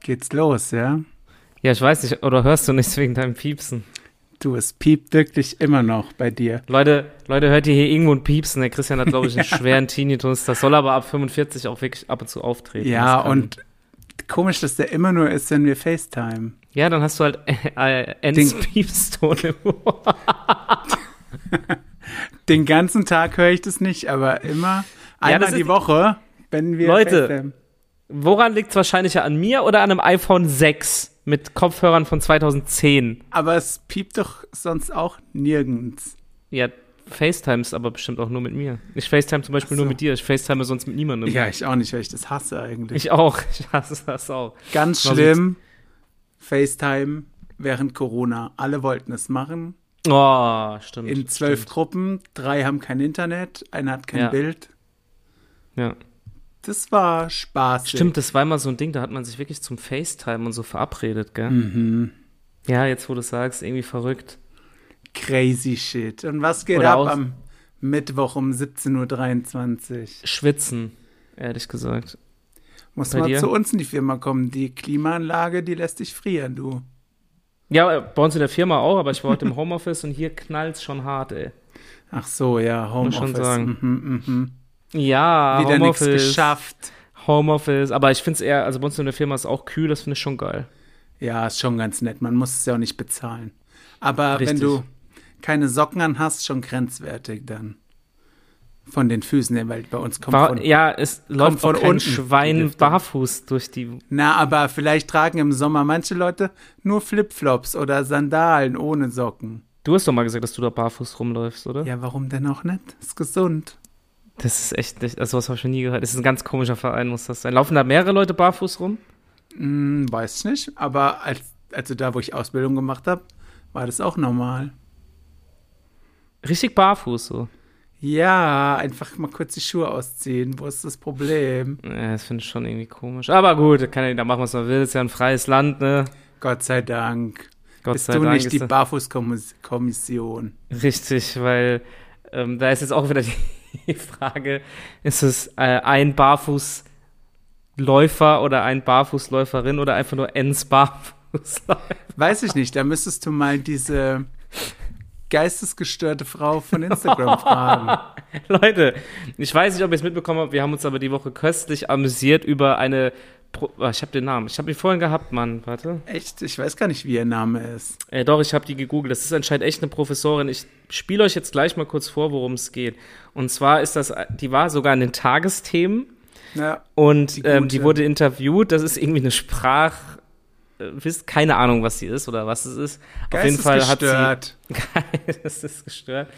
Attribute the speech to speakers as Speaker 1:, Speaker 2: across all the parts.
Speaker 1: geht's los, ja?
Speaker 2: Ja, ich weiß nicht, oder hörst du nichts wegen deinem Piepsen?
Speaker 1: Du, es piept wirklich immer noch bei dir.
Speaker 2: Leute, Leute, hört ihr hier irgendwo ein Piepsen? Der Christian hat, glaube ich, einen schweren Tinnitus. Das soll aber ab 45 auch wirklich ab und zu auftreten.
Speaker 1: Ja,
Speaker 2: Das kann-
Speaker 1: und komisch, dass der immer nur ist, wenn wir FaceTime.
Speaker 2: Ja, dann hast du halt äh, äh, Ends Piepston im Ohr.
Speaker 1: Den ganzen Tag höre ich das nicht, aber immer einmal
Speaker 2: das
Speaker 1: die
Speaker 2: ist-
Speaker 1: Woche, wenn wir
Speaker 2: Leute.
Speaker 1: FaceTime.
Speaker 2: Woran liegt es wahrscheinlich an mir oder an einem iPhone 6 mit Kopfhörern von 2010?
Speaker 1: Aber es piept doch sonst auch nirgends.
Speaker 2: Ja, FaceTimes aber bestimmt auch nur mit mir. Ich FaceTime zum Beispiel
Speaker 1: Ach so.
Speaker 2: nur mit dir. Ich FaceTime sonst mit niemandem.
Speaker 1: Ja, ich auch nicht, weil ich das hasse eigentlich.
Speaker 2: Ich auch. Ich hasse das auch.
Speaker 1: Ganz
Speaker 2: Na,
Speaker 1: schlimm, FaceTime während Corona. Alle wollten es machen.
Speaker 2: Oh, stimmt.
Speaker 1: In zwölf Gruppen, drei haben kein Internet, einer hat kein
Speaker 2: Ja.
Speaker 1: Bild.
Speaker 2: Ja.
Speaker 1: Das war Spaß.
Speaker 2: Stimmt, das war immer so ein Ding, da hat man sich wirklich zum FaceTime und so verabredet, gell?
Speaker 1: Mhm.
Speaker 2: Ja, jetzt wo du es sagst, irgendwie verrückt.
Speaker 1: Crazy Shit. Und was geht
Speaker 2: Oder
Speaker 1: ab
Speaker 2: aus-
Speaker 1: am Mittwoch um 17.23 Uhr?
Speaker 2: Schwitzen, ehrlich gesagt.
Speaker 1: Muss
Speaker 2: Bei
Speaker 1: mal
Speaker 2: dir?
Speaker 1: zu uns in die Firma kommen. Die Klimaanlage, die lässt dich frieren, du.
Speaker 2: Ja, bei uns in der Firma auch, aber ich war heute im Homeoffice und hier knallt's schon hart, ey.
Speaker 1: Ach so, ja,
Speaker 2: Muss schon
Speaker 1: Homeoffice.
Speaker 2: sagen.
Speaker 1: Mhm, mhm.
Speaker 2: Ja,
Speaker 1: Wieder nichts
Speaker 2: Homeoffice.
Speaker 1: geschafft.
Speaker 2: Homeoffice, aber ich find's eher, also bei uns in der Firma ist auch kühl, das finde ich schon geil.
Speaker 1: Ja, ist schon ganz nett. Man muss es ja auch nicht bezahlen. Aber wenn
Speaker 2: Richtig.
Speaker 1: du keine Socken an hast, schon grenzwertig dann. Von den Füßen her, weil bei uns kommt
Speaker 2: War,
Speaker 1: von.
Speaker 2: ja, es läuft
Speaker 1: von
Speaker 2: auch kein
Speaker 1: unten, die
Speaker 2: Schwein
Speaker 1: Lüftung.
Speaker 2: barfuß durch die.
Speaker 1: Na, aber vielleicht tragen im Sommer manche Leute nur Flipflops oder Sandalen ohne Socken.
Speaker 2: Du hast doch mal gesagt, dass du da barfuß rumläufst, oder?
Speaker 1: Ja, warum denn auch nicht? Ist gesund.
Speaker 2: Das ist echt, nicht- also was habe ich schon nie gehört. Das ist ein ganz komischer Verein, muss das sein. Laufen da mehrere Leute barfuß rum?
Speaker 1: Hm, weiß nicht. Aber als, also da, wo ich Ausbildung gemacht habe, war das auch normal.
Speaker 2: Richtig barfuß so.
Speaker 1: Ja, einfach mal kurz die Schuhe ausziehen. Wo ist das Problem?
Speaker 2: Ja, das finde ich schon irgendwie komisch. Aber gut, kann ja jeder machen, was man will. Ist ja ein freies Land, ne?
Speaker 1: Gott sei Dank.
Speaker 2: Gott
Speaker 1: Bist
Speaker 2: sei
Speaker 1: du
Speaker 2: Dank.
Speaker 1: nicht
Speaker 2: ist
Speaker 1: die
Speaker 2: das-
Speaker 1: Barfußkommission?
Speaker 2: Richtig, weil ähm, da ist jetzt auch wieder die Frage, ist es äh, ein Barfußläufer oder ein Barfußläuferin oder einfach nur Ns Barfußläufer?
Speaker 1: Weiß ich nicht. Da müsstest du mal diese geistesgestörte Frau von Instagram fragen.
Speaker 2: Leute, ich weiß nicht, ob ihr es mitbekommen habt, wir haben uns aber die Woche köstlich amüsiert über eine Pro Ah, ich habe den Namen. Ich habe ihn vorhin gehabt, Mann. Warte.
Speaker 1: Echt? Ich weiß gar nicht, wie ihr Name ist.
Speaker 2: Äh, doch, ich habe die gegoogelt. Das ist anscheinend echt eine Professorin. Ich spiele euch jetzt gleich mal kurz vor, worum es geht. Und zwar ist das, die war sogar in den Tagesthemen
Speaker 1: Ja,
Speaker 2: und
Speaker 1: Die
Speaker 2: die,
Speaker 1: gute.
Speaker 2: ähm, die wurde interviewt. Das ist irgendwie eine Sprach. äh, Wisst keine Ahnung, was sie ist oder was es ist. Auf jeden Fall hat sie.
Speaker 1: Geistesgestört.
Speaker 2: das ist gestört.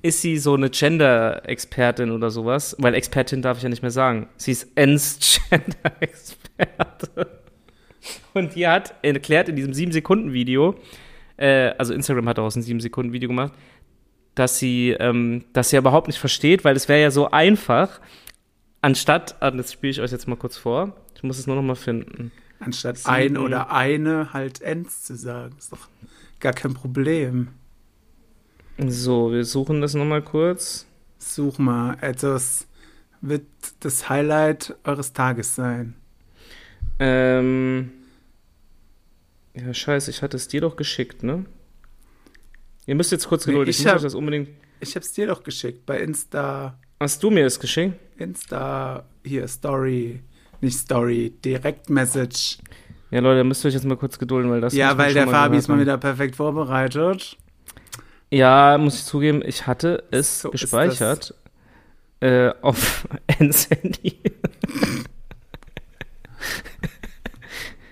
Speaker 2: Ist sie so eine Gender-Expertin oder sowas? Weil Expertin darf ich ja nicht mehr sagen. Sie ist Ends-Gender-Experte. Und die hat erklärt in diesem 7-Sekunden-Video, äh, also Instagram hat auch ein 7-Sekunden-Video gemacht, dass sie, ähm, dass sie ja überhaupt nicht versteht, weil es wäre ja so einfach, anstatt, ah, das spiele ich euch jetzt mal kurz vor, ich muss es nur noch mal finden.
Speaker 1: Anstatt
Speaker 2: Sie-
Speaker 1: ein oder eine halt Ends zu sagen. Ist doch gar kein Problem.
Speaker 2: So, wir suchen das noch mal kurz.
Speaker 1: Such mal. Also es wird das Highlight eures Tages sein.
Speaker 2: Ähm. Ja, scheiße, ich hatte es dir doch geschickt, ne? Ihr müsst jetzt kurz
Speaker 1: Nee,
Speaker 2: geduldig.
Speaker 1: ich
Speaker 2: ich muss
Speaker 1: hab-
Speaker 2: euch das unbedingt.
Speaker 1: Ich hab's dir doch geschickt bei Insta.
Speaker 2: Hast du mir es geschickt?
Speaker 1: Insta, hier, Story, nicht Story, Direktmessage.
Speaker 2: Ja, Leute, da müsst ihr euch jetzt mal kurz gedulden, weil das. muss
Speaker 1: Ja,
Speaker 2: man
Speaker 1: weil
Speaker 2: schon
Speaker 1: der Fabi
Speaker 2: gehört
Speaker 1: ist mal
Speaker 2: haben.
Speaker 1: wieder perfekt vorbereitet.
Speaker 2: Ja, muss ich zugeben, ich hatte es
Speaker 1: So ist
Speaker 2: gespeichert. Äh, auf Ens Handy.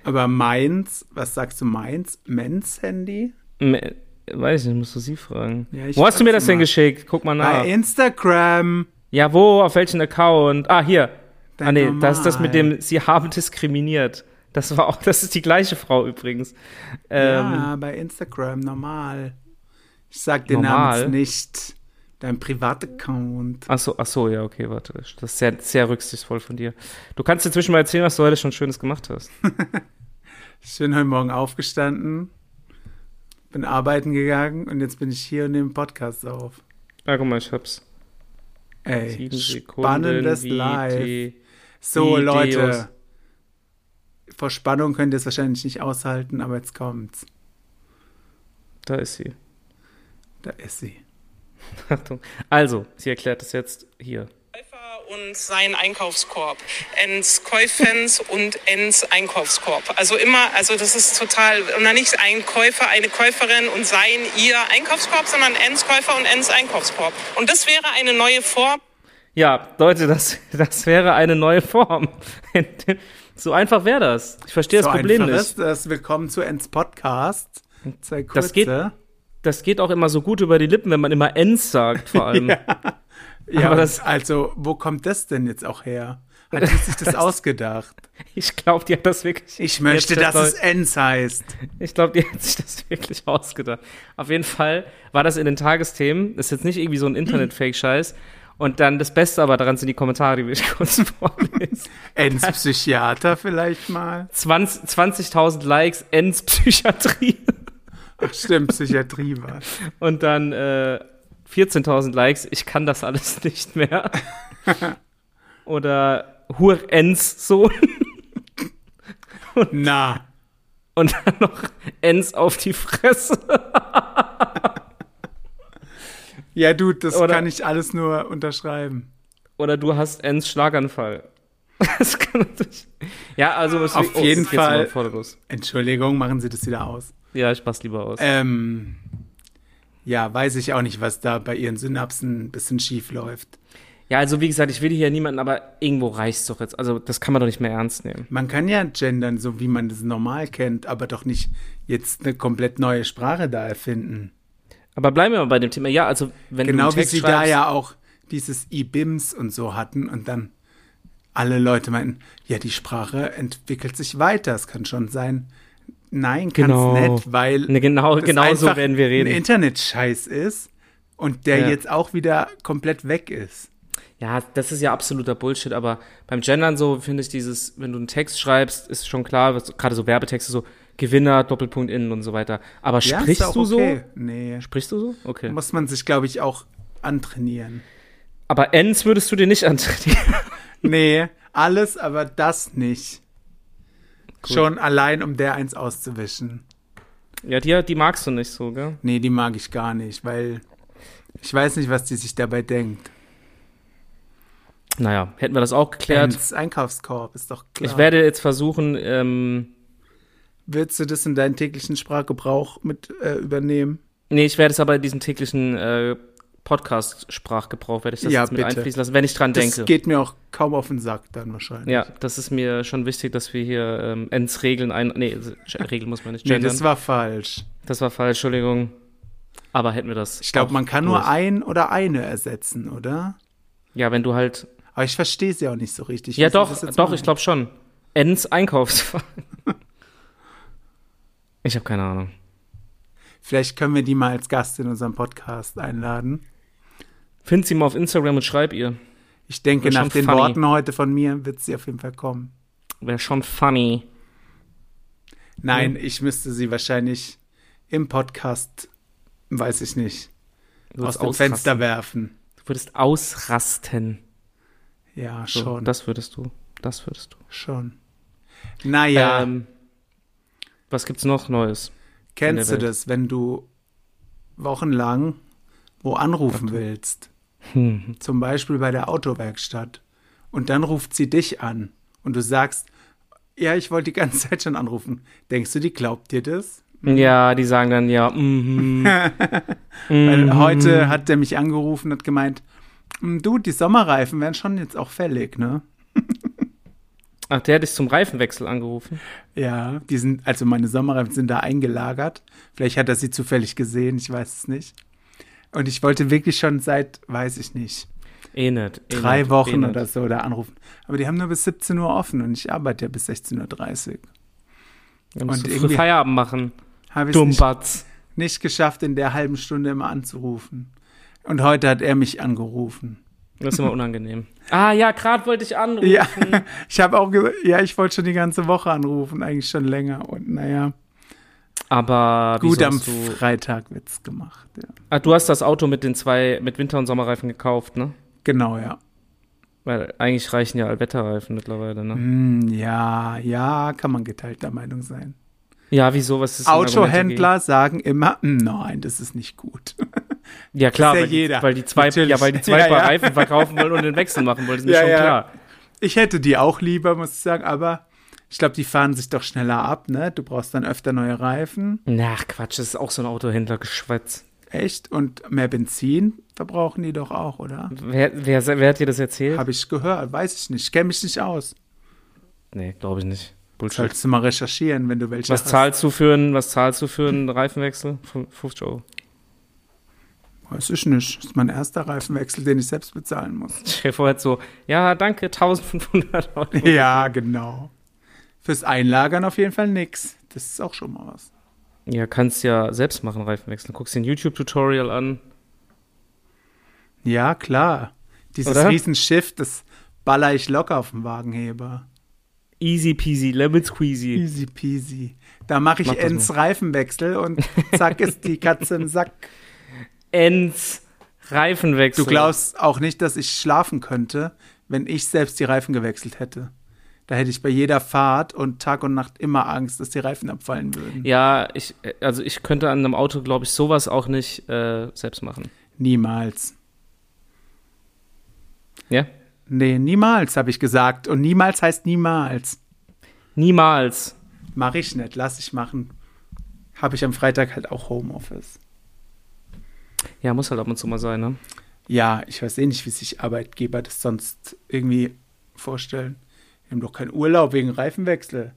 Speaker 1: Aber meins, was sagst du, meins? Mens Handy?
Speaker 2: Me- Weiß ich nicht, musst du sie fragen.
Speaker 1: Ja, ich
Speaker 2: wo hast du mir
Speaker 1: frag
Speaker 2: das
Speaker 1: sie
Speaker 2: denn
Speaker 1: mal.
Speaker 2: geschickt? Guck mal nach.
Speaker 1: Bei Instagram.
Speaker 2: Ja, wo? Auf welchen Account? Ah, hier.
Speaker 1: Dein
Speaker 2: ah, nee, das ist das mit
Speaker 1: Normal.
Speaker 2: dem, sie haben diskriminiert. Das war auch, das ist die gleiche Frau übrigens. Ähm,
Speaker 1: ja, bei Instagram, normal. Ich sag den Namen
Speaker 2: Normal?
Speaker 1: jetzt nicht. Dein Privataccount.
Speaker 2: Ach so, ach so, ja, okay, warte. Das ist sehr, sehr rücksichtsvoll von dir. Du kannst inzwischen mal erzählen, was du heute schon Schönes gemacht hast.
Speaker 1: Ich bin heute Morgen aufgestanden, bin arbeiten gegangen und jetzt bin ich hier und nehme Podcast auf.
Speaker 2: Ah, guck mal, ich hab's.
Speaker 1: Ey,
Speaker 2: Sieben Sekunden.
Speaker 1: spannendes
Speaker 2: wie
Speaker 1: Live.
Speaker 2: die-
Speaker 1: So,
Speaker 2: Videos.
Speaker 1: Leute. Vor Spannung könnt ihr es wahrscheinlich nicht aushalten, aber jetzt kommt's.
Speaker 2: Da ist sie.
Speaker 1: Da ist sie.
Speaker 2: Achtung. Also, sie erklärt es jetzt hier.
Speaker 3: Käufer und sein Einkaufskorb. Ens Käufens und Ens Einkaufskorb. Also immer, also das ist total, und dann nicht ein Käufer, eine Käuferin und sein, ihr Einkaufskorb, sondern Ens Käufer und Ens Einkaufskorb. Und das wäre eine neue Form.
Speaker 2: Ja, Leute, das, das wäre eine neue Form. so einfach wäre das. Ich verstehe
Speaker 1: so
Speaker 2: das Problem
Speaker 1: einfach
Speaker 2: nicht.
Speaker 1: Ist das. Willkommen zu Ends Podcast. Zwei kurze.
Speaker 2: Das geht- Das geht auch immer so gut über die Lippen, wenn man immer Ends sagt, vor allem.
Speaker 1: ja,
Speaker 2: aber
Speaker 1: und
Speaker 2: das-
Speaker 1: also, wo kommt das denn jetzt auch her? Hat die sich das ausgedacht?
Speaker 2: Ich glaube, die hat das wirklich.
Speaker 1: Ich möchte,
Speaker 2: jetzt
Speaker 1: dass
Speaker 2: das
Speaker 1: es Ends heißt.
Speaker 2: Ich glaube, die hat sich das wirklich ausgedacht. Auf jeden Fall war das in den Tagesthemen. Das ist jetzt nicht irgendwie so ein Internet-Fake-Scheiß. Und dann das Beste aber daran sind die Kommentare, die will ich kurz vorlesen.
Speaker 1: Ends Psychiater vielleicht mal?
Speaker 2: 20 20.000 Likes, Ends Psychiatrie.
Speaker 1: Ach, stimmt, Psychiatrie war.
Speaker 2: Und dann äh, 14.000 Likes, ich kann das alles nicht mehr. Oder Hur Ends Sohn.
Speaker 1: Na,
Speaker 2: Und dann noch Ends auf die Fresse.
Speaker 1: ja, du, das
Speaker 2: Oder-
Speaker 1: kann ich alles nur unterschreiben.
Speaker 2: Oder du hast Ends Schlaganfall. Das kann natürlich. Ja, also es-
Speaker 1: Auf jeden
Speaker 2: es geht jetzt
Speaker 1: Fall.
Speaker 2: mal vorne los. Äh,
Speaker 1: Entschuldigung, machen Sie das wieder aus.
Speaker 2: Ja, ich pass lieber aus.
Speaker 1: Ähm, ja, weiß ich auch nicht, was da bei Ihren Synapsen ein bisschen schief läuft.
Speaker 2: Ja, also wie gesagt, ich will hier niemanden, aber irgendwo reicht's doch jetzt. Also das kann man doch nicht mehr ernst nehmen.
Speaker 1: Man kann ja gendern, so wie man das normal kennt, aber doch nicht jetzt eine komplett neue Sprache da erfinden.
Speaker 2: Aber bleiben wir mal bei dem Thema. Ja, also wenn du
Speaker 1: Genau
Speaker 2: einen
Speaker 1: wie
Speaker 2: Text
Speaker 1: sie
Speaker 2: schreibst,
Speaker 1: da ja auch dieses IBIMS und so hatten und dann alle Leute meinten, ja, die Sprache entwickelt sich weiter. Es kann schon sein. Nein, kann es
Speaker 2: Genau.
Speaker 1: nicht, weil
Speaker 2: Ne, genau-
Speaker 1: das
Speaker 2: genau so
Speaker 1: einfach
Speaker 2: werden wir reden.
Speaker 1: ein Internet-Scheiß ist und der
Speaker 2: Ja.
Speaker 1: jetzt auch wieder komplett weg ist.
Speaker 2: Ja, das ist ja absoluter Bullshit, aber beim Gendern so finde ich dieses, wenn du einen Text schreibst, ist schon klar, was- gerade so Werbetexte so Gewinner, Doppelpunkt innen und so weiter. Aber
Speaker 1: Ja, ist
Speaker 2: sprichst
Speaker 1: auch
Speaker 2: du
Speaker 1: okay.
Speaker 2: so?
Speaker 1: Nee,
Speaker 2: Sprichst du so? Okay.
Speaker 1: muss man sich, glaube ich, auch antrainieren.
Speaker 2: Aber Ns würdest du dir nicht antrainieren.
Speaker 1: nee, alles, aber das nicht. Schon allein, um der eins auszuwischen.
Speaker 2: Ja, die, die magst du nicht so, gell?
Speaker 1: Nee, die mag ich gar nicht, weil ich weiß nicht, was die sich dabei denkt.
Speaker 2: Naja, hätten wir das auch geklärt.
Speaker 1: Ernst, Einkaufskorb ist doch Ähm, klar.
Speaker 2: Ich werde jetzt versuchen, ähm,
Speaker 1: Willst du das in deinen täglichen Sprachgebrauch mit äh, übernehmen?
Speaker 2: nee, ich werde es aber in diesen täglichen äh, Podcast-Sprachgebrauch, werde ich das
Speaker 1: Ja,
Speaker 2: jetzt mit
Speaker 1: bitte.
Speaker 2: einfließen lassen, wenn ich dran
Speaker 1: Das
Speaker 2: denke.
Speaker 1: geht mir auch kaum auf den Sack dann wahrscheinlich.
Speaker 2: Ja, das ist mir schon wichtig, dass wir hier ähm, ends Regeln ein. Nee, also, Regeln muss man nicht
Speaker 1: nee,
Speaker 2: gendern.
Speaker 1: das war falsch.
Speaker 2: Das war falsch, Entschuldigung. Aber hätten wir das.
Speaker 1: Ich glaube, man kann nur
Speaker 2: durch.
Speaker 1: ein oder eine ersetzen, oder?
Speaker 2: Ja, wenn du halt.
Speaker 1: Aber ich verstehe sie auch nicht so richtig.
Speaker 2: Ja,
Speaker 1: Wie sie
Speaker 2: doch,
Speaker 1: das jetzt
Speaker 2: doch, ich
Speaker 1: machen.
Speaker 2: glaube schon. Ends Einkaufsfall. ich habe keine Ahnung.
Speaker 1: Vielleicht können wir die mal als Gast in unserem Podcast einladen.
Speaker 2: Find sie mal auf Instagram und schreib ihr.
Speaker 1: Ich denke,
Speaker 2: Wäre
Speaker 1: nach
Speaker 2: schon
Speaker 1: den
Speaker 2: funny.
Speaker 1: Worten heute von mir wird sie auf jeden Fall kommen.
Speaker 2: Wäre schon funny.
Speaker 1: Nein, ich müsste sie wahrscheinlich im Podcast, weiß ich nicht,
Speaker 2: Du
Speaker 1: aus
Speaker 2: würdest
Speaker 1: dem
Speaker 2: ausrasten.
Speaker 1: Fenster werfen.
Speaker 2: Du würdest ausrasten.
Speaker 1: Ja,
Speaker 2: So,
Speaker 1: schon,
Speaker 2: Das würdest du. Das würdest du.
Speaker 1: schon. Naja,
Speaker 2: Ähm, was gibt's noch Neues?
Speaker 1: kennst du
Speaker 2: in der Welt.
Speaker 1: das, wenn du wochenlang wo anrufen willst?
Speaker 2: Hm.
Speaker 1: Zum Beispiel bei der Autowerkstatt. Und dann ruft sie dich an und du sagst, ja, ich wollte die ganze Zeit schon anrufen. Denkst du, die glaubt dir das?
Speaker 2: Ja, die sagen dann ja, mhm.
Speaker 1: Weil heute hat der mich angerufen und hat gemeint, "Mm, du, die Sommerreifen wären schon jetzt auch fällig, ne?
Speaker 2: Ach, der hat dich zum Reifenwechsel angerufen.
Speaker 1: Ja, die sind, also meine Sommerreifen sind da eingelagert. Vielleicht hat er sie zufällig gesehen, ich weiß es nicht. Und ich wollte wirklich schon seit, weiß ich nicht,
Speaker 2: Eh nicht. Eh
Speaker 1: drei
Speaker 2: nicht, eh
Speaker 1: Wochen
Speaker 2: nicht.
Speaker 1: oder so da anrufen. Aber die haben nur bis 17 Uhr offen und ich arbeite ja bis 16.30 Uhr.
Speaker 2: Dann musst
Speaker 1: Und
Speaker 2: du früh
Speaker 1: irgendwie-
Speaker 2: Feierabend machen.
Speaker 1: Habe ich nicht,
Speaker 2: Dummbatz.
Speaker 1: nicht geschafft, in der halben Stunde immer anzurufen. Und heute hat er mich angerufen.
Speaker 2: Das ist immer unangenehm. Ah ja, gerade wollte ich anrufen.
Speaker 1: Ja, ich habe auch gesagt, ja, ich wollte schon die ganze Woche anrufen, eigentlich schon länger. Und naja,
Speaker 2: Aber wie
Speaker 1: gut, am
Speaker 2: sollst du.
Speaker 1: Freitag wird's gemacht. Ja.
Speaker 2: Ah, du hast das Auto mit den zwei, mit Winter- und Sommerreifen gekauft, ne?
Speaker 1: Genau, ja.
Speaker 2: Weil eigentlich reichen ja Allwetterreifen mittlerweile, ne?
Speaker 1: Hm, ja, ja, kann man geteilter Meinung sein.
Speaker 2: Ja, wieso? Was ist denn
Speaker 1: Autohändler sagen immer, "Hm, nein, das ist nicht gut.
Speaker 2: dagegen? Ja, klar,
Speaker 1: Ist ja
Speaker 2: weil, die,
Speaker 1: jeder.
Speaker 2: weil die zwei,
Speaker 1: Natürlich.
Speaker 2: ja, weil die zwei
Speaker 1: Ja,
Speaker 2: Paar
Speaker 1: ja.
Speaker 2: Reifen verkaufen wollen und den Wechsel machen wollen, ist mir
Speaker 1: Ja,
Speaker 2: schon
Speaker 1: ja.
Speaker 2: klar.
Speaker 1: Ich hätte die auch lieber, muss ich sagen, aber ich glaube, die fahren sich doch schneller ab, ne? Du brauchst dann öfter neue Reifen,
Speaker 2: Na, Quatsch, das ist auch so ein Autohändler-Geschwätz.
Speaker 1: echt? Und mehr Benzin verbrauchen die doch auch, oder?
Speaker 2: Wer, wer, wer hat dir das erzählt?
Speaker 1: Habe ich gehört, weiß ich nicht, kenne mich nicht aus.
Speaker 2: nee, glaube ich nicht. Bullshit.
Speaker 1: Solltest du mal recherchieren, wenn du welche
Speaker 2: Was
Speaker 1: hast.
Speaker 2: zahlst du für einen, was zahlst du für einen Reifenwechsel? Fün- 50 Euro.
Speaker 1: Weiß ich nicht. Das ist mein erster Reifenwechsel, den ich selbst bezahlen muss.
Speaker 2: Ich hätte vorher so, ja, danke, 1500 Euro.
Speaker 1: ja, genau. Fürs Einlagern auf jeden Fall nix. Das ist auch schon mal was.
Speaker 2: Ja, kannst ja selbst machen, Reifenwechsel. Guckst dir ein YouTube-Tutorial an.
Speaker 1: Ja, klar. Dieses
Speaker 2: Oder?
Speaker 1: Riesenschiff, das baller ich locker auf dem Wagenheber.
Speaker 2: Easy peasy, lemon squeezy.
Speaker 1: Easy peasy. Da mache ich
Speaker 2: Mach das
Speaker 1: ins Reifenwechsel und zack ist die Katze im Sack.
Speaker 2: Ends, Reifenwechsel.
Speaker 1: Du glaubst auch nicht, dass ich schlafen könnte, wenn ich selbst die Reifen gewechselt hätte. Da hätte ich bei jeder Fahrt und Tag und Nacht immer Angst, dass die Reifen abfallen würden.
Speaker 2: Ja, ich, also ich könnte an einem Auto, glaube ich, sowas auch nicht äh, selbst machen.
Speaker 1: Niemals.
Speaker 2: Ja?
Speaker 1: Nee, niemals, habe ich gesagt. Und niemals heißt niemals.
Speaker 2: Niemals.
Speaker 1: Mache ich nicht, lass ich machen. Habe ich am Freitag halt auch Homeoffice.
Speaker 2: Ja, muss halt ab und zu mal sein, ne?
Speaker 1: Ja, ich weiß eh nicht, wie sich Arbeitgeber das sonst irgendwie vorstellen. Die haben doch keinen Urlaub wegen Reifenwechsel.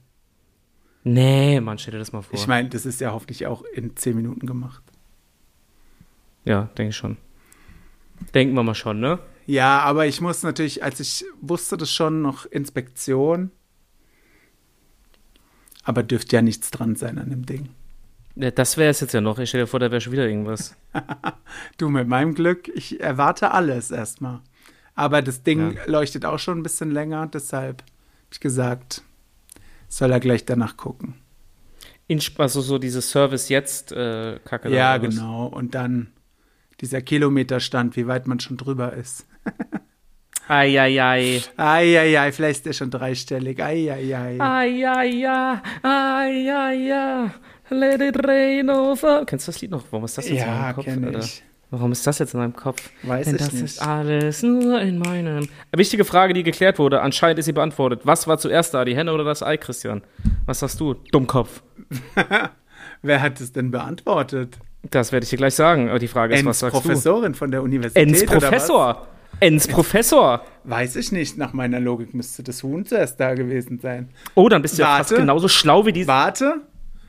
Speaker 2: Nee, Mann, stell dir das mal vor.
Speaker 1: Ich meine, das ist ja hoffentlich auch in zehn Minuten gemacht.
Speaker 2: ja, denke ich schon. Denken wir mal schon, ne?
Speaker 1: Ja, aber ich muss natürlich, als ich wusste das schon, noch Inspektion. Aber dürfte ja nichts dran sein an dem Ding.
Speaker 2: Ja, das wäre es jetzt ja noch. Ich stell dir vor, da wäre schon wieder irgendwas.
Speaker 1: Du, mit meinem Glück, ich erwarte alles erstmal. Aber das Ding
Speaker 2: Ja.
Speaker 1: leuchtet auch schon ein bisschen länger, deshalb habe ich gesagt, soll er gleich danach gucken.
Speaker 2: In, also so diese Service jetzt äh, Kacke. da,
Speaker 1: ja,
Speaker 2: oder was?
Speaker 1: genau. Und dann dieser Kilometerstand, wie weit man schon drüber ist.
Speaker 2: Eieiei.
Speaker 1: Eieiei, vielleicht ist er schon dreistellig. Eieiei.
Speaker 2: Ah. Eieiei. Eieiei. Let it rain over. Kennst du das Lied noch? Warum ist das jetzt in
Speaker 1: ja,
Speaker 2: meinem Kopf?
Speaker 1: kenne
Speaker 2: Alter?
Speaker 1: ich.
Speaker 2: Warum ist das jetzt in deinem Kopf?
Speaker 1: Weiß
Speaker 2: Denn
Speaker 1: ich
Speaker 2: das
Speaker 1: nicht.
Speaker 2: ist alles nur in meinem. Wichtige Frage, die geklärt wurde. Anscheinend ist sie beantwortet. Was war zuerst da, die Henne oder das Ei, Christian? Was sagst du, Dummkopf?
Speaker 1: Wer hat es denn beantwortet?
Speaker 2: Das werde ich dir gleich sagen. Aber die Frage ist, was
Speaker 1: Ens
Speaker 2: sagst du?
Speaker 1: Professorin von der Universität
Speaker 2: Ens
Speaker 1: oder was?
Speaker 2: Professor. Ens Professor.
Speaker 1: Weiß ich nicht. Nach meiner Logik müsste das Huhn zuerst da gewesen sein.
Speaker 2: Oh, dann bist du ja
Speaker 1: Warte.
Speaker 2: fast genauso schlau wie diese.
Speaker 1: Warte,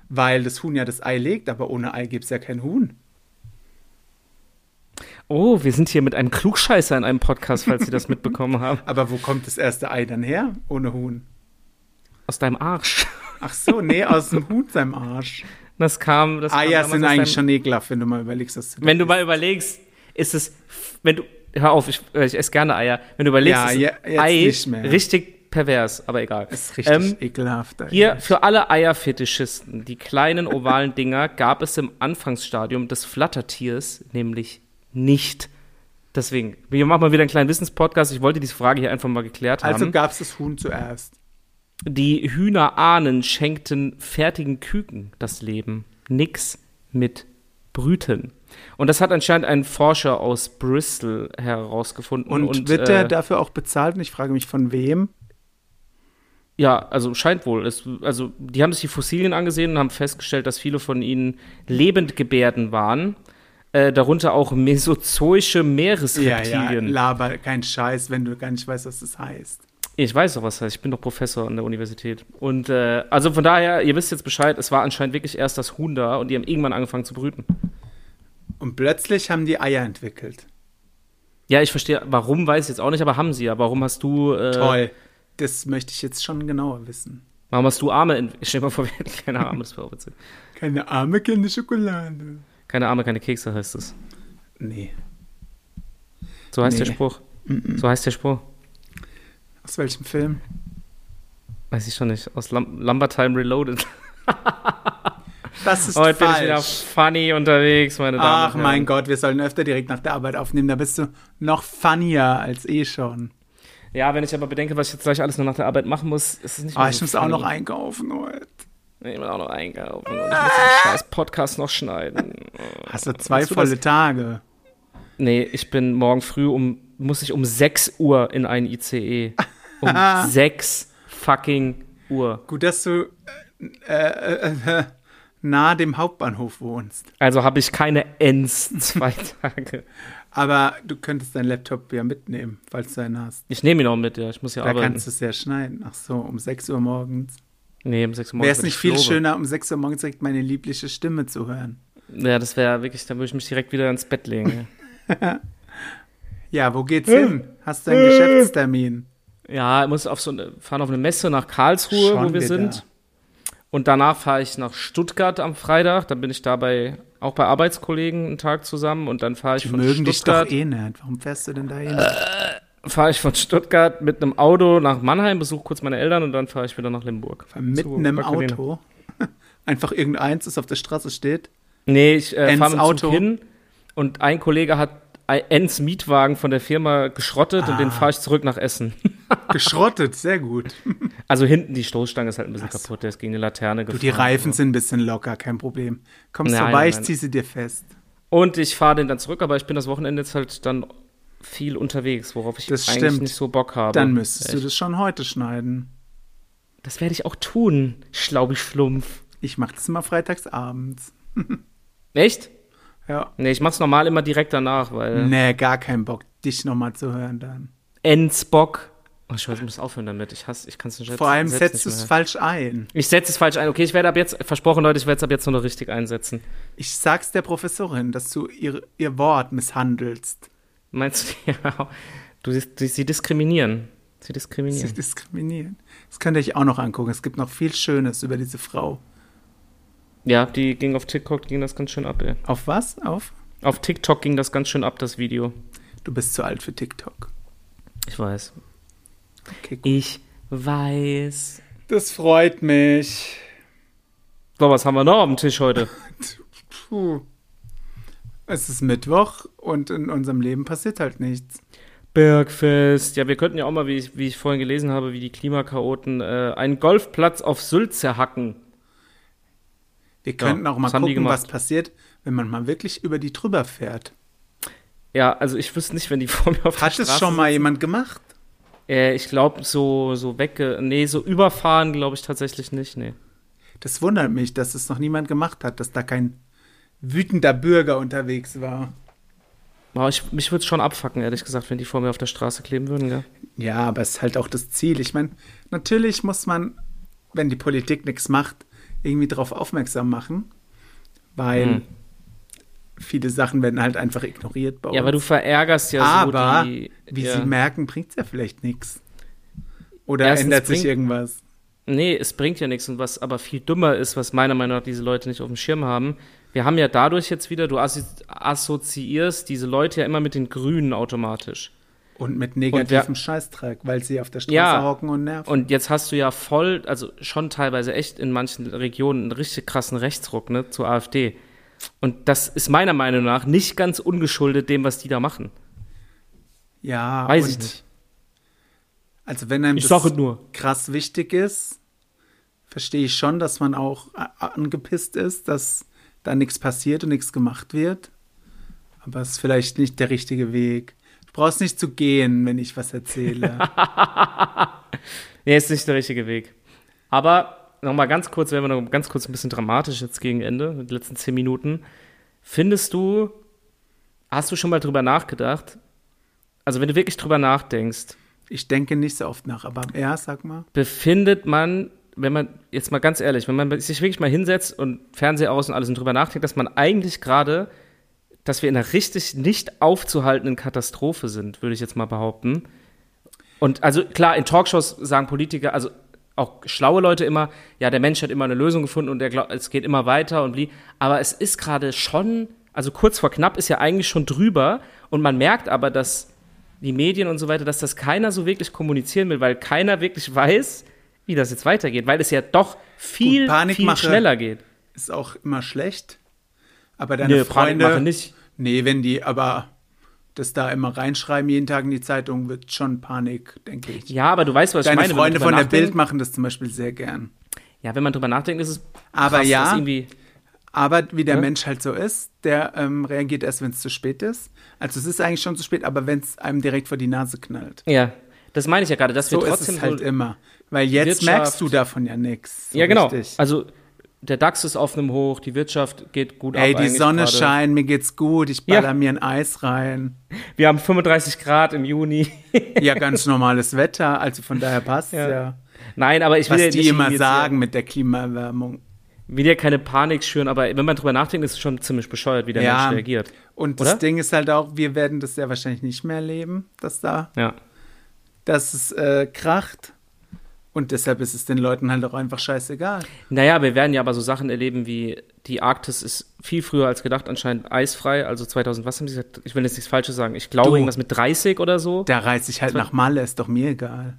Speaker 1: weil das Huhn ja das Ei legt, aber ohne Ei gibt es ja kein Huhn.
Speaker 2: Oh, wir sind hier mit einem Klugscheißer in einem Podcast, falls Sie das mitbekommen haben.
Speaker 1: Aber wo kommt das erste Ei dann her ohne Huhn?
Speaker 2: Aus deinem Arsch.
Speaker 1: Ach so, nee, aus dem Huhn, seinem Arsch.
Speaker 2: Das kam. Das
Speaker 1: Eier
Speaker 2: kam damals
Speaker 1: Ah sind
Speaker 2: aus
Speaker 1: eigentlich
Speaker 2: deinem,
Speaker 1: schon ekelhaft, wenn du mal überlegst, dass du
Speaker 2: Wenn du mal überlegst, ist es. Wenn du. Hör auf, ich, äh, ich esse gerne Eier. Wenn du überlegst,
Speaker 1: Ja,
Speaker 2: ist
Speaker 1: je- jetzt
Speaker 2: Ei
Speaker 1: nicht mehr.
Speaker 2: richtig pervers, aber egal.
Speaker 1: das ist richtig
Speaker 2: Ähm,
Speaker 1: ekelhaft. Alter.
Speaker 2: Hier für alle Eierfetischisten, die kleinen ovalen Dinger gab es im Anfangsstadium des Flattertiers nämlich nicht. Deswegen, wir machen mal wieder einen kleinen Wissenspodcast. Ich wollte diese Frage hier einfach mal geklärt haben.
Speaker 1: Also gab es das Huhn zuerst.
Speaker 2: Die Hühnerahnen schenkten fertigen Küken das Leben. Nix mit Brüten. Und das hat anscheinend ein Forscher aus Bristol herausgefunden.
Speaker 1: Und, wird der
Speaker 2: äh,
Speaker 1: dafür auch bezahlt? Und ich frage mich, von wem?
Speaker 2: Ja, also scheint wohl. Es, also die haben sich die Fossilien angesehen und haben festgestellt, dass viele von ihnen Lebendgebärden waren. Äh, darunter auch mesozoische Meeresreptilien.
Speaker 1: laber kein Scheiß, wenn du gar nicht weißt, was das heißt.
Speaker 2: Ich weiß doch, was das heißt. Ich bin doch Professor an der Universität. Und äh, also von daher, ihr wisst jetzt Bescheid, es war anscheinend wirklich erst das Huhn da und die haben irgendwann angefangen zu brüten.
Speaker 1: Und plötzlich haben die Eier entwickelt.
Speaker 2: Ja, ich verstehe, warum weiß ich jetzt auch nicht, aber haben sie ja. Warum hast du. Äh,
Speaker 1: Toll. Das möchte ich jetzt schon genauer wissen.
Speaker 2: Warum hast du Arme? ent- Stell dir mal vor, wir hätten keine Arme, das wäre auch witzig.
Speaker 1: Keine arme Kinder Schokolade.
Speaker 2: Keine Arme, keine Kekse heißt es.
Speaker 1: Nee.
Speaker 2: So heißt der
Speaker 1: Nee.
Speaker 2: Spruch. So heißt der Spruch.
Speaker 1: Aus welchem Film?
Speaker 2: Weiß ich schon nicht. Aus Lam Lumber Time Reloaded.
Speaker 1: Das ist
Speaker 2: Heute bin ich wieder
Speaker 1: falsch.
Speaker 2: funny unterwegs, meine Damen
Speaker 1: Ach
Speaker 2: und Herren.
Speaker 1: mein Gott, wir sollen öfter direkt nach der Arbeit aufnehmen. Da bist du noch funnier als eh schon.
Speaker 2: Ja, wenn ich aber bedenke, was ich jetzt gleich alles noch nach der Arbeit machen muss, ist es nicht
Speaker 1: Ah,
Speaker 2: mehr
Speaker 1: ich
Speaker 2: so
Speaker 1: muss auch
Speaker 2: funny.
Speaker 1: noch einkaufen heute.
Speaker 2: Ich will auch noch einkaufen und ich muss
Speaker 1: Ah.
Speaker 2: den scheiß Podcast noch schneiden.
Speaker 1: Hast du zwei
Speaker 2: du
Speaker 1: volle Tage?
Speaker 2: Nee, ich bin morgen früh um, muss ich um 6 Uhr in einen ICE. Um 6 fucking Uhr.
Speaker 1: Gut, dass du äh, äh, äh, nah dem Hauptbahnhof wohnst.
Speaker 2: Also habe ich keine Ends zwei Tage.
Speaker 1: Aber du könntest deinen Laptop ja mitnehmen, falls du einen hast.
Speaker 2: Ich nehme ihn auch mit, ja. Ich muss ja
Speaker 1: Da
Speaker 2: arbeiten.
Speaker 1: kannst du es ja schneiden. Ach so, um 6 Uhr morgens.
Speaker 2: Nee, um 6 Uhr morgens.
Speaker 1: Wäre es
Speaker 2: bin
Speaker 1: nicht
Speaker 2: ich
Speaker 1: viel
Speaker 2: Flore.
Speaker 1: schöner, um 6 Uhr morgens direkt meine liebliche Stimme zu hören?
Speaker 2: Ja, das wäre wirklich, dann würde ich mich direkt wieder ins Bett legen.
Speaker 1: Ja, wo geht's
Speaker 2: Äh,
Speaker 1: hin? Hast du einen Geschäftstermin?
Speaker 2: ja, ich muss auf so eine, fahren auf eine Messe nach Karlsruhe,
Speaker 1: Schon
Speaker 2: wo wir
Speaker 1: wieder.
Speaker 2: sind. Und danach fahre ich nach Stuttgart am Freitag. Dann bin ich dabei auch bei Arbeitskollegen einen Tag zusammen. Und dann fahre ich
Speaker 1: Die
Speaker 2: von
Speaker 1: mögen dich doch
Speaker 2: Stuttgart. Äh,
Speaker 1: eh nicht. Warum fährst du denn da hin?
Speaker 2: fahre ich von Stuttgart mit einem Auto nach Mannheim, besuche kurz meine Eltern und dann fahre ich wieder nach Limburg.
Speaker 1: Mitten im
Speaker 2: Magdalena.
Speaker 1: Auto. Einfach irgendeins, das auf der Straße steht.
Speaker 2: Nee, ich äh,
Speaker 1: Ens
Speaker 2: fahre mit dem
Speaker 1: Auto.
Speaker 2: Auto. Zug hin und ein Kollege hat Ens Mietwagen von der Firma geschrottet und
Speaker 1: Ah.
Speaker 2: den fahre ich zurück nach Essen.
Speaker 1: Geschrottet, sehr gut.
Speaker 2: Also hinten die Stoßstange ist halt ein bisschen kaputt, der ist gegen die Laterne
Speaker 1: Du,
Speaker 2: gefahren.
Speaker 1: die Reifen sind ein bisschen locker, kein Problem. Kommst
Speaker 2: Nein,
Speaker 1: vorbei, ich
Speaker 2: nein.
Speaker 1: zieh sie dir fest.
Speaker 2: Und ich fahre den dann zurück, aber ich bin das Wochenende jetzt halt dann viel unterwegs, worauf ich
Speaker 1: Das
Speaker 2: eigentlich
Speaker 1: stimmt.
Speaker 2: nicht so Bock habe.
Speaker 1: Dann müsstest du
Speaker 2: Oh, Echt.
Speaker 1: das schon heute schneiden.
Speaker 2: Das werde ich auch tun, Schlaubi-Schlumpf.
Speaker 1: Ich mach das immer freitags abends.
Speaker 2: Echt?
Speaker 1: Ja.
Speaker 2: Nee, ich mach's normal immer direkt danach, weil.
Speaker 1: Nee, gar keinen Bock, dich nochmal zu hören dann.
Speaker 2: Ensbock. Oh, ich weiß, ich muss aufhören damit. Ich hasse, ich kann es nicht
Speaker 1: Vor allem
Speaker 2: setz
Speaker 1: setzt du
Speaker 2: nicht
Speaker 1: es
Speaker 2: mehr.
Speaker 1: falsch ein.
Speaker 2: Ich setze es falsch ein. Okay, ich werde ab jetzt, versprochen, Leute, ich werde es ab jetzt nur noch richtig einsetzen.
Speaker 1: Ich sag's der Professorin, dass du ihr, ihr Wort misshandelst.
Speaker 2: Meinst du, ja, du, siehst- du, sie diskriminieren. Sie
Speaker 1: Sie
Speaker 2: diskriminieren.
Speaker 1: diskriminieren. Das könnt ihr euch auch noch angucken. Es gibt noch viel Schönes über diese Frau.
Speaker 2: Ja, die ging auf TikTok, ging das ganz schön ab, ey.
Speaker 1: Auf was? Auf?
Speaker 2: Auf TikTok ging das ganz schön ab, das Video.
Speaker 1: Du bist zu alt für TikTok.
Speaker 2: Ich weiß.
Speaker 1: Okay, gut.
Speaker 2: Ich weiß.
Speaker 1: Das freut mich.
Speaker 2: So, was haben wir noch auf dem Tisch heute?
Speaker 1: Puh. Es ist Mittwoch und in unserem Leben passiert halt nichts.
Speaker 2: Bergfest. Ja, wir könnten ja auch mal, wie ich, wie ich vorhin gelesen habe, wie die Klimakaoten äh, einen Golfplatz auf Sylt zerhacken.
Speaker 1: Wir könnten auch mal
Speaker 2: was haben die
Speaker 1: gucken, was
Speaker 2: gemacht?
Speaker 1: passiert, wenn man mal wirklich über die drüber fährt.
Speaker 2: Ja, also ich wüsste nicht, wenn die vor mir auf
Speaker 1: Hat
Speaker 2: der
Speaker 1: es
Speaker 2: Straße
Speaker 1: schon mal jemand gemacht?
Speaker 2: Äh, ich glaube, so, so wegge. Nee, so überfahren glaube ich tatsächlich nicht. Nee.
Speaker 1: Das wundert mich, dass es noch niemand gemacht hat, dass da kein wütender Bürger unterwegs war.
Speaker 2: Aber ich, mich würde es schon abfacken, ehrlich gesagt, wenn die vor mir auf der Straße kleben würden, gell?
Speaker 1: Ja, aber es ist halt auch das Ziel. Ich meine, natürlich muss man, wenn die Politik nichts macht, irgendwie darauf aufmerksam machen, weil
Speaker 2: Hm.
Speaker 1: viele Sachen werden halt einfach ignoriert bei
Speaker 2: Ja,
Speaker 1: uns.
Speaker 2: aber du verärgerst ja
Speaker 1: aber
Speaker 2: so die.
Speaker 1: wie
Speaker 2: ja.
Speaker 1: sie merken, bringt es ja vielleicht nichts. Oder
Speaker 2: Erstens
Speaker 1: ändert sich
Speaker 2: bringt-
Speaker 1: irgendwas.
Speaker 2: Nee, es bringt ja nichts. Und was aber viel dümmer ist, was meiner Meinung nach diese Leute nicht auf dem Schirm haben, wir haben ja dadurch jetzt wieder, du assi assoziierst diese Leute ja immer mit den Grünen automatisch.
Speaker 1: Und mit
Speaker 2: Und wer-
Speaker 1: negativem Scheißtrag, weil sie auf der Straße
Speaker 2: Ja.
Speaker 1: hocken und nerven.
Speaker 2: Und jetzt hast du ja voll, also schon teilweise echt in manchen Regionen einen richtig krassen Rechtsruck ne, zur AfD. Und das ist meiner Meinung nach nicht ganz ungeschuldet dem, was die da machen.
Speaker 1: ja,
Speaker 2: Weiß
Speaker 1: und
Speaker 2: ich nicht.
Speaker 1: Also wenn einem
Speaker 2: Ich
Speaker 1: das
Speaker 2: sage nur.
Speaker 1: krass wichtig ist, verstehe ich schon, dass man auch a- angepisst ist, dass da nichts passiert und nichts gemacht wird. Aber es ist vielleicht nicht der richtige Weg. Du brauchst nicht zu gehen, wenn ich was erzähle.
Speaker 2: Nee, ist nicht der richtige Weg. Aber nochmal ganz kurz, wenn wir noch ganz kurz ein bisschen dramatisch jetzt gegen Ende, die letzten zehn Minuten. Findest du, hast du schon mal drüber nachgedacht? Also, wenn du wirklich drüber nachdenkst,
Speaker 1: ich denke nicht so oft nach, aber ja, sag mal.
Speaker 2: befindet man, wenn man, jetzt mal ganz ehrlich, wenn man sich wirklich mal hinsetzt und Fernseher aus und alles und drüber nachdenkt, dass man eigentlich gerade, dass wir in einer richtig nicht aufzuhaltenden Katastrophe sind, würde ich jetzt mal behaupten. Und also klar, in Talkshows sagen Politiker, also auch schlaue Leute immer, ja, der Mensch hat immer eine Lösung gefunden und der glaub, es geht immer weiter und blieb. Aber es ist gerade schon, also kurz vor knapp ist ja eigentlich schon drüber und man merkt aber, dass die Medien und so weiter, dass das keiner so wirklich kommunizieren will, weil keiner wirklich weiß, wie das jetzt weitergeht, weil es ja doch
Speaker 1: Gut,
Speaker 2: viel, viel
Speaker 1: Panikmache.
Speaker 2: schneller geht.
Speaker 1: Ist auch immer schlecht. Aber deine
Speaker 2: Panikmache
Speaker 1: Freunde.
Speaker 2: nicht.
Speaker 1: Nee, wenn die aber das da immer reinschreiben, jeden Tag in die Zeitung, wird schon Panik, denke ich.
Speaker 2: Ja, aber du weißt, was
Speaker 1: Deine
Speaker 2: ich meine. wenn man
Speaker 1: Freunde
Speaker 2: drüber
Speaker 1: von der
Speaker 2: nachdenkt.
Speaker 1: Bild machen das zum Beispiel sehr gern.
Speaker 2: Ja, wenn man drüber nachdenkt, ist es
Speaker 1: Aber
Speaker 2: krass,
Speaker 1: ja.
Speaker 2: dass irgendwie
Speaker 1: Aber wie der
Speaker 2: Ja.
Speaker 1: Mensch halt so ist, der ähm, reagiert erst, wenn es zu spät ist. Also es ist eigentlich schon zu spät, aber wenn es einem direkt vor die Nase knallt.
Speaker 2: Ja, das meine ich ja gerade, dass
Speaker 1: So
Speaker 2: wir
Speaker 1: ist
Speaker 2: trotzdem
Speaker 1: es halt
Speaker 2: so,
Speaker 1: immer. Weil jetzt
Speaker 2: Wirtschaft-
Speaker 1: merkst du davon ja nichts. So
Speaker 2: ja genau.
Speaker 1: Richtig.
Speaker 2: Also der DAX ist auf einem Hoch, die Wirtschaft geht gut
Speaker 1: Ey, die
Speaker 2: ab. eigentlich
Speaker 1: Sonne
Speaker 2: gerade.
Speaker 1: scheint, mir geht's gut, ich baller
Speaker 2: Ja.
Speaker 1: mir ein Eis rein.
Speaker 2: Wir haben 35 Grad im Juni.
Speaker 1: Ja, ganz normales Wetter, also von daher passt ja.
Speaker 2: Ja.
Speaker 1: ja.
Speaker 2: Nein, aber ich will ja
Speaker 1: Was die
Speaker 2: nicht
Speaker 1: immer
Speaker 2: irgendwie jetzt
Speaker 1: sagen mit der Klimaerwärmung.
Speaker 2: Hier, will ja keine Panik schüren, aber wenn man drüber nachdenkt, ist es schon ziemlich bescheuert, wie der
Speaker 1: Ja.
Speaker 2: Mensch reagiert.
Speaker 1: Und
Speaker 2: Oder?
Speaker 1: das Ding ist halt auch, wir werden das ja wahrscheinlich nicht mehr erleben, dass da,
Speaker 2: Ja.
Speaker 1: dass es äh, kracht. Und deshalb ist es den Leuten halt auch einfach scheißegal.
Speaker 2: Naja, wir werden ja aber so Sachen erleben wie die Arktis ist viel früher als gedacht anscheinend eisfrei, also 2000, was haben sie gesagt? Ich will jetzt nichts Falsches sagen. Ich glaube
Speaker 1: Du.
Speaker 2: irgendwas mit 30 oder so.
Speaker 1: Da reiß ich halt nach Malle, ist doch mir egal.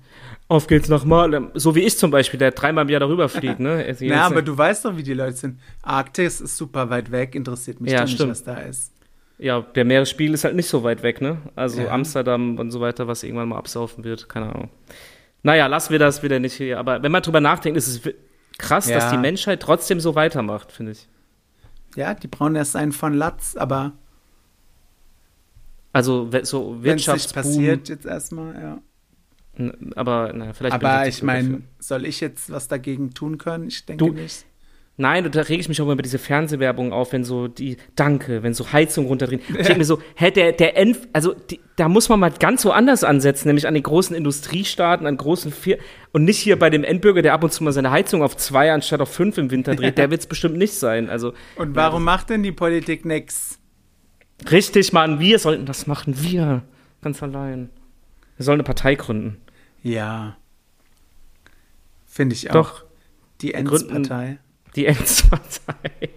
Speaker 2: Auf geht's nochmal. So wie ich zum Beispiel, der dreimal im Jahr darüber fliegt, ne? Also jetzt-
Speaker 1: Na, aber du weißt doch, wie die Leute sind. Arktis ist super weit weg, interessiert mich
Speaker 2: Ja,
Speaker 1: doch nicht,
Speaker 2: stimmt.
Speaker 1: was da ist.
Speaker 2: Ja, der Meeresspiegel ist halt nicht so weit weg, ne? Also
Speaker 1: Ja.
Speaker 2: Amsterdam und so weiter, was irgendwann mal absaufen wird, keine Ahnung. Naja, lassen wir das wieder nicht hier. Aber wenn man drüber nachdenkt, ist es wi- krass, dass
Speaker 1: Ja.
Speaker 2: die Menschheit trotzdem so weitermacht, finde ich.
Speaker 1: Ja, die brauchen erst einen von Latz, aber
Speaker 2: Also we- so
Speaker 1: wenn es nicht
Speaker 2: Wirtschaftsboom.
Speaker 1: passiert, jetzt erstmal, ja.
Speaker 2: n- Aber naja, vielleicht bin
Speaker 1: aber
Speaker 2: jetzt
Speaker 1: ich
Speaker 2: zu blöd dafür.
Speaker 1: meine, soll ich jetzt was dagegen tun können? Ich denke
Speaker 2: Du-
Speaker 1: nicht.
Speaker 2: Nein, da rege ich mich auch immer über diese Fernsehwerbung auf, wenn so die Danke, wenn so Heizung runterdrehen. Ich denke mir so, hä, der, der End, also die, da muss man mal ganz woanders ansetzen, nämlich an die großen Industriestaaten, an großen Vier und nicht hier bei dem Endbürger, der ab und zu mal seine Heizung auf zwei anstatt auf fünf im Winter dreht. Der wird es bestimmt nicht sein. Also
Speaker 1: Und warum macht denn die Politik nichts?
Speaker 2: richtig, Mann, wir sollten das machen, wir ganz allein. Wir sollen eine Partei gründen.
Speaker 1: Ja. Finde ich auch.
Speaker 2: Doch
Speaker 1: Die
Speaker 2: gründen-
Speaker 1: Endpartei.
Speaker 2: die Endspartei,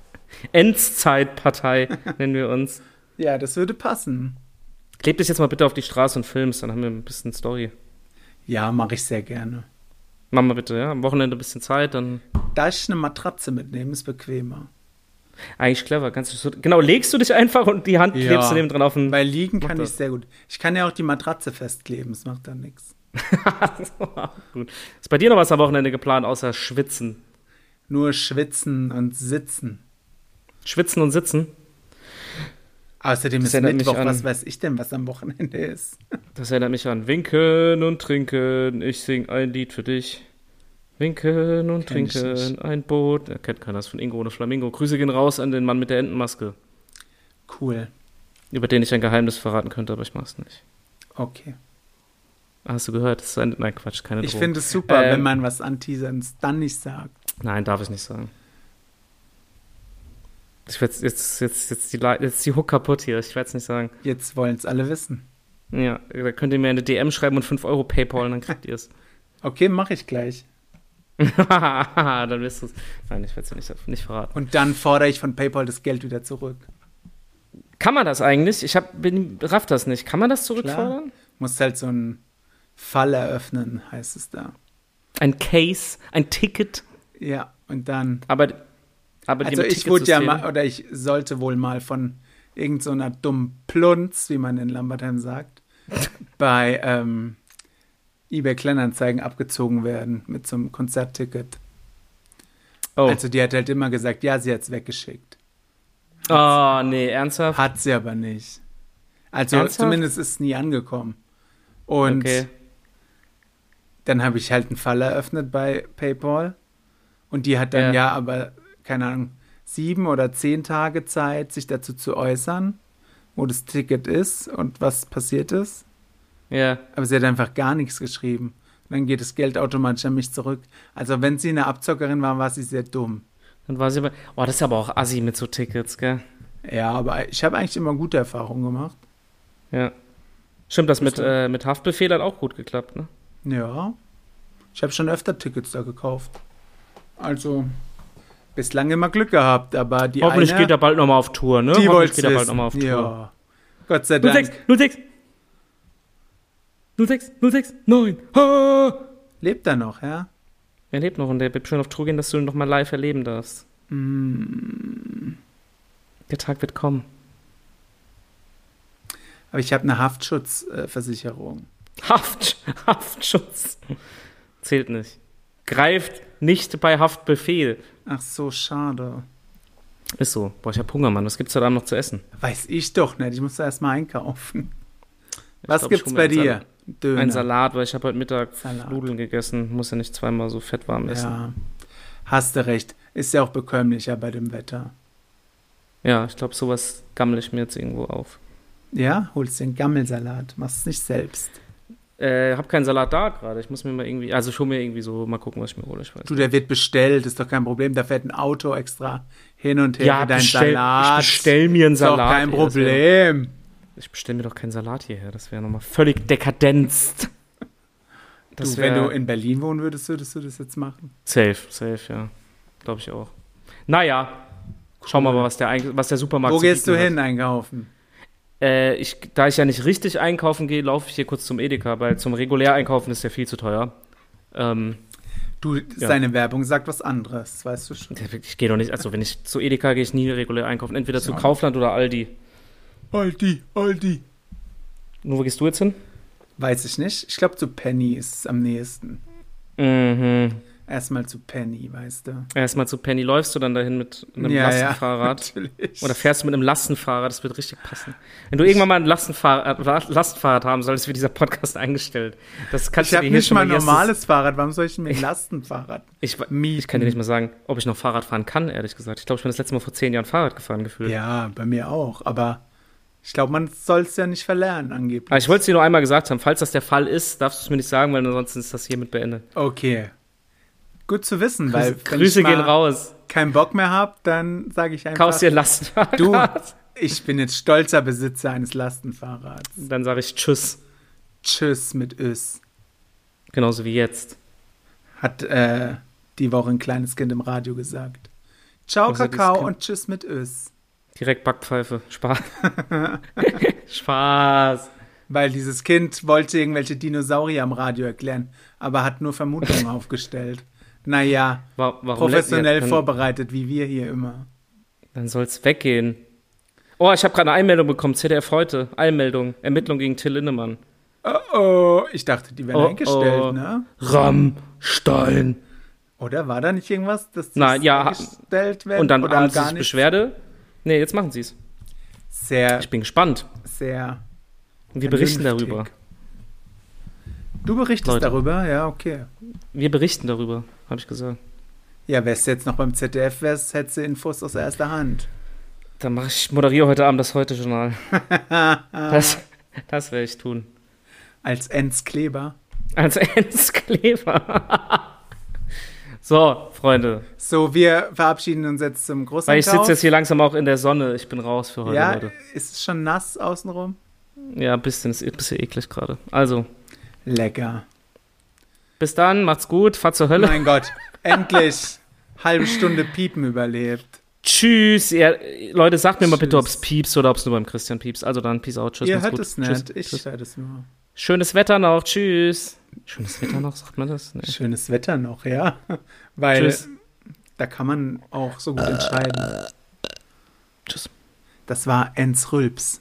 Speaker 2: Endzeitpartei nennen wir uns.
Speaker 1: Ja, das würde passen.
Speaker 2: Kleb das jetzt mal bitte auf die Straße und filmst, dann haben wir ein bisschen Story.
Speaker 1: Ja, mache ich sehr gerne.
Speaker 2: Mach mal bitte, ja. Am Wochenende ein bisschen Zeit, dann.
Speaker 1: Darf ich eine Matratze mitnehmen? Ist bequemer.
Speaker 2: Eigentlich clever. Kannst du so, genau, legst du dich einfach und die Hand
Speaker 1: Ja.
Speaker 2: klebst du neben dran auf den.
Speaker 1: Weil liegen
Speaker 2: Mach
Speaker 1: kann
Speaker 2: das.
Speaker 1: ich sehr gut. Ich kann ja auch die Matratze festkleben, es macht dann nichts.
Speaker 2: Also, Gut. Ist bei dir noch was am Wochenende geplant, außer Schwitzen?
Speaker 1: Nur schwitzen und sitzen.
Speaker 2: Schwitzen und Sitzen?
Speaker 1: Außerdem
Speaker 2: Das
Speaker 1: ist
Speaker 2: erinnert mich
Speaker 1: Mittwoch,
Speaker 2: an-
Speaker 1: was weiß ich denn, was am Wochenende ist?
Speaker 2: Das erinnert mich an Winken und Trinken. Ich sing ein Lied für dich. Winken und
Speaker 1: Kenn ich
Speaker 2: Trinken,
Speaker 1: nicht.
Speaker 2: ein Boot. Er kennt keiner, das ist von Ingo ohne Flamingo. Grüße gehen raus an den Mann mit der Entenmaske,
Speaker 1: Cool.
Speaker 2: über den ich ein Geheimnis verraten könnte, aber ich mach's nicht.
Speaker 1: Okay.
Speaker 2: Hast du gehört? Das ist ein, nein, Quatsch, keine
Speaker 1: Ich
Speaker 2: Drohung.
Speaker 1: finde es super,
Speaker 2: Ähm,
Speaker 1: wenn man was anteasert und es dann nicht sagt.
Speaker 2: Nein, darf ich nicht sagen. Ich werde jetzt, jetzt, jetzt, die, Lei- jetzt die Hook kaputt hier. Ich werde es nicht sagen.
Speaker 1: Jetzt wollen es alle wissen.
Speaker 2: Ja, da könnt ihr mir eine DM schreiben und 5 Euro Paypal, dann kriegt ihr es.
Speaker 1: Okay, mache ich gleich.
Speaker 2: dann wirst du es. Nein, ich werde es nicht, nicht verraten.
Speaker 1: Und dann fordere ich von PayPal das Geld wieder zurück.
Speaker 2: Kann man das eigentlich? Ich hab, bin, raff das nicht. Kann man das zurückfordern?
Speaker 1: Muss halt so einen Fall eröffnen, heißt es da.
Speaker 2: Ein Case, ein Ticket.
Speaker 1: Ja, und dann.
Speaker 2: Aber, aber die
Speaker 1: Also
Speaker 2: mit
Speaker 1: ich wurde ja
Speaker 2: Ticketsystem-
Speaker 1: mal, oder ich sollte wohl mal von irgendeiner so einer dummen Plunz, wie man in Lambertheim sagt, bei ähm, eBay Kleinanzeigen abgezogen werden mit so einem Konzertticket.
Speaker 2: Oh.
Speaker 1: Also die hat halt immer gesagt, ja, sie hat es weggeschickt.
Speaker 2: oh, nee, ernsthaft?
Speaker 1: Hat sie aber nicht. Also
Speaker 2: Ernsthaft?
Speaker 1: zumindest ist es nie angekommen. Und
Speaker 2: okay.
Speaker 1: dann habe ich halt einen Fall eröffnet bei PayPal. Und die hat dann ja,
Speaker 2: Ja.
Speaker 1: aber, keine Ahnung, sieben oder zehn Tage Zeit, sich dazu zu äußern, wo das Ticket ist und was passiert ist.
Speaker 2: Ja.
Speaker 1: Aber sie hat einfach gar nichts geschrieben. Und dann geht das Geld automatisch an mich zurück. Also wenn sie eine Abzockerin war, war sie sehr dumm.
Speaker 2: Dann war sie aber. Oh, das ist aber auch assi mit so Tickets, gell?
Speaker 1: Ja, aber ich habe eigentlich immer gute Erfahrungen gemacht.
Speaker 2: Ja. Stimmt, das mit,
Speaker 1: Stimmt.
Speaker 2: äh, mit Haftbefehl hat auch gut geklappt, ne?
Speaker 1: Ja. Ich habe schon öfter Tickets da gekauft. Also bislang immer Glück gehabt, aber die
Speaker 2: Hoffentlich
Speaker 1: eine,
Speaker 2: geht er bald nochmal auf Tour, ne?
Speaker 1: Die
Speaker 2: Hoffentlich
Speaker 1: wollt's
Speaker 2: geht er bald
Speaker 1: wissen.
Speaker 2: nochmal auf Tour.
Speaker 1: Ja. Gott sei
Speaker 2: 06,
Speaker 1: Dank
Speaker 2: 06. 06, 06, 9. Ha!
Speaker 1: lebt er noch, ja?
Speaker 2: Er lebt noch und der wird schön auf Tour gehen, dass du ihn nochmal live erleben darfst.
Speaker 1: Mm.
Speaker 2: Der Tag wird kommen.
Speaker 1: Aber ich habe eine Haftschutzversicherung.
Speaker 2: Haft, Haftschutz. Zählt nicht. Greift nicht bei Haftbefehl.
Speaker 1: Ach so, schade.
Speaker 2: Ist so. Boah, ich hab Hunger, Mann. Was gibt's heute Abend noch zu essen?
Speaker 1: Weiß ich doch nicht. Ich muss da erstmal einkaufen. Was
Speaker 2: glaub, ich
Speaker 1: gibt's
Speaker 2: hol mir
Speaker 1: bei
Speaker 2: einen
Speaker 1: dir?
Speaker 2: Salat.
Speaker 1: Döner.
Speaker 2: Ein Salat, weil ich habe heute Mittag
Speaker 1: Salat.
Speaker 2: Nudeln gegessen. Muss ja nicht zweimal so fett warm essen.
Speaker 1: Ja. Hast du recht. Ist ja auch bekömmlicher bei dem Wetter.
Speaker 2: Ja, ich glaube, sowas gammel ich mir jetzt irgendwo auf.
Speaker 1: Ja, holst dir einen Gammelsalat. Machst es nicht selbst.
Speaker 2: Äh, hab keinen Salat da gerade. Ich muss mir mal irgendwie, also schon mir irgendwie so, mal gucken, was ich mir hole. Ich weiß.
Speaker 1: Du, der wird bestellt. Ist doch kein Problem. Da fährt ein Auto extra hin und her für deinen
Speaker 2: bestell-
Speaker 1: Salat.
Speaker 2: ich bestell mir einen
Speaker 1: Ist doch
Speaker 2: Salat.
Speaker 1: kein
Speaker 2: ey, das wär-
Speaker 1: Problem.
Speaker 2: Ich bestell mir doch keinen Salat hierher. Das wäre nochmal völlig dekadenzt.
Speaker 1: Du,
Speaker 2: Das
Speaker 1: wenn
Speaker 2: wär-
Speaker 1: du in Berlin wohnen würdest, würdest du das jetzt machen?
Speaker 2: Safe, safe, ja. Glaube ich auch. Naja, schauen wir mal, was der, Eink- was der Supermarkt
Speaker 1: Wo
Speaker 2: zu
Speaker 1: gehst du
Speaker 2: bieten hat.
Speaker 1: hin einkaufen?
Speaker 2: Äh, ich, da ich ja nicht richtig einkaufen gehe, laufe ich hier kurz zum Edeka, weil zum regulär einkaufen ist ja viel zu teuer. Ähm,
Speaker 1: Du, seine Werbung sagt was anderes, weißt du schon.
Speaker 2: ich gehe doch nicht, also wenn ich zu Edeka gehe, ich nie regulär einkaufen. Entweder zu
Speaker 1: Ja.
Speaker 2: Kaufland oder Aldi.
Speaker 1: Aldi, Aldi.
Speaker 2: Nur wo gehst du jetzt hin?
Speaker 1: Weiß ich nicht. Ich glaube, zu Penny ist es am nächsten.
Speaker 2: Mhm.
Speaker 1: Erstmal zu Penny, weißt du.
Speaker 2: Erstmal zu Penny läufst du dann dahin mit einem
Speaker 1: Ja, ja,
Speaker 2: Lastenfahrrad.
Speaker 1: natürlich.
Speaker 2: Oder fährst du mit einem Lastenfahrrad, das wird richtig passen. Wenn du irgendwann mal ein Lastenfahrrad, Lastenfahrrad haben solltest, wird dieser Podcast eingestellt. Das kannst
Speaker 1: Ich
Speaker 2: du dir
Speaker 1: habe
Speaker 2: hier
Speaker 1: nicht
Speaker 2: schon
Speaker 1: mal ein
Speaker 2: erstes-
Speaker 1: normales Fahrrad. Warum soll ich denn mit einem Lastenfahrrad?
Speaker 2: Ich,
Speaker 1: mieten?
Speaker 2: ich kann dir nicht mal sagen, ob ich noch Fahrrad fahren kann, ehrlich gesagt. Ich glaube, ich bin das letzte Mal vor zehn Jahren Fahrrad gefahren gefühlt.
Speaker 1: Ja, bei mir auch. Aber ich glaube, man soll es ja nicht verlernen, angeblich.
Speaker 2: Aber Ah, ich wollte es dir nur einmal gesagt haben. Falls das der Fall ist, darfst du es mir nicht sagen, weil ansonsten ist das hiermit beendet.
Speaker 1: Okay. Gut zu wissen, weil wenn
Speaker 2: Grüße
Speaker 1: ich mal
Speaker 2: gehen raus.
Speaker 1: keinen Bock mehr habe, dann sage ich einfach,
Speaker 2: Kaufst dir ein Lastenfahrrad.
Speaker 1: du, ich bin jetzt stolzer Besitzer eines Lastenfahrrads.
Speaker 2: Dann sage ich Tschüss.
Speaker 1: Tschüss mit Ös.
Speaker 2: Genauso wie jetzt.
Speaker 1: Hat äh, die Woche ein kleines Kind im Radio gesagt. Ciao,
Speaker 2: Also das
Speaker 1: Kakao
Speaker 2: Kind-
Speaker 1: und Tschüss mit Ös.
Speaker 2: Direkt Backpfeife. Spaß. Spaß.
Speaker 1: Weil dieses Kind wollte irgendwelche Dinosaurier am Radio erklären, aber hat nur Vermutungen aufgestellt. Naja,
Speaker 2: Wa- Warum
Speaker 1: professionell
Speaker 2: lässt- ja, dann,
Speaker 1: vorbereitet, wie wir hier immer.
Speaker 2: dann soll's weggehen. Oh, ich habe gerade eine Einmeldung bekommen. CDF heute. Einmeldung. Ermittlung gegen Till Lindemann.
Speaker 1: Oh, oh, ich dachte, die werden
Speaker 2: Oh,
Speaker 1: eingestellt,
Speaker 2: oh.
Speaker 1: ne?
Speaker 2: Rammstein.
Speaker 1: Oder war da nicht irgendwas, dass die
Speaker 2: Nein, ja,
Speaker 1: eingestellt werden?
Speaker 2: Und dann
Speaker 1: oder
Speaker 2: haben sie
Speaker 1: gar
Speaker 2: sich
Speaker 1: nicht?
Speaker 2: Beschwerde. Nee, jetzt machen sie's.
Speaker 1: Sehr,
Speaker 2: Ich bin gespannt.
Speaker 1: sehr.
Speaker 2: Und wir berichten
Speaker 1: vernünftig.
Speaker 2: darüber.
Speaker 1: Du berichtest
Speaker 2: Leute.
Speaker 1: darüber, ja, okay.
Speaker 2: Wir berichten darüber, habe ich gesagt.
Speaker 1: Ja, wärst du jetzt noch beim ZDF, wärst, hättest du Infos aus erster Hand.
Speaker 2: Dann mache ich, moderiere heute Abend das Heute-Journal. das das werde ich tun.
Speaker 1: Als Enz Kleber.
Speaker 2: Als Ernst Kleber. so, Freunde.
Speaker 1: So, wir verabschieden uns jetzt zum Großeinkauf.
Speaker 2: Weil ich sitze jetzt hier langsam auch in der Sonne. Ich bin raus für heute,
Speaker 1: Ja,
Speaker 2: Leute.
Speaker 1: ist es schon nass außenrum?
Speaker 2: Ja, ein bisschen, ist ein bisschen eklig gerade. Also,
Speaker 1: Lecker.
Speaker 2: bis dann, macht's gut, fahrt zur Hölle.
Speaker 1: Mein Gott, endlich. Halbe Stunde Piepen überlebt.
Speaker 2: Tschüss. Ihr, Leute, sagt mir mal bitte,
Speaker 1: Tschüss.
Speaker 2: ob's piepst oder ob's nur beim Christian piepst. Also dann, peace out, tschüss,
Speaker 1: Ihr
Speaker 2: macht's
Speaker 1: hört
Speaker 2: gut.
Speaker 1: es nicht,
Speaker 2: Tschüss,
Speaker 1: ich
Speaker 2: tschüss.
Speaker 1: höre das nur.
Speaker 2: Schönes Wetter noch, tschüss. Schönes Wetter noch, sagt man das? Nee.
Speaker 1: Schönes Wetter noch, ja. Weil
Speaker 2: Tschüss.
Speaker 1: da kann man auch so gut entscheiden.
Speaker 2: Tschüss.
Speaker 1: Das war Enz Rülps.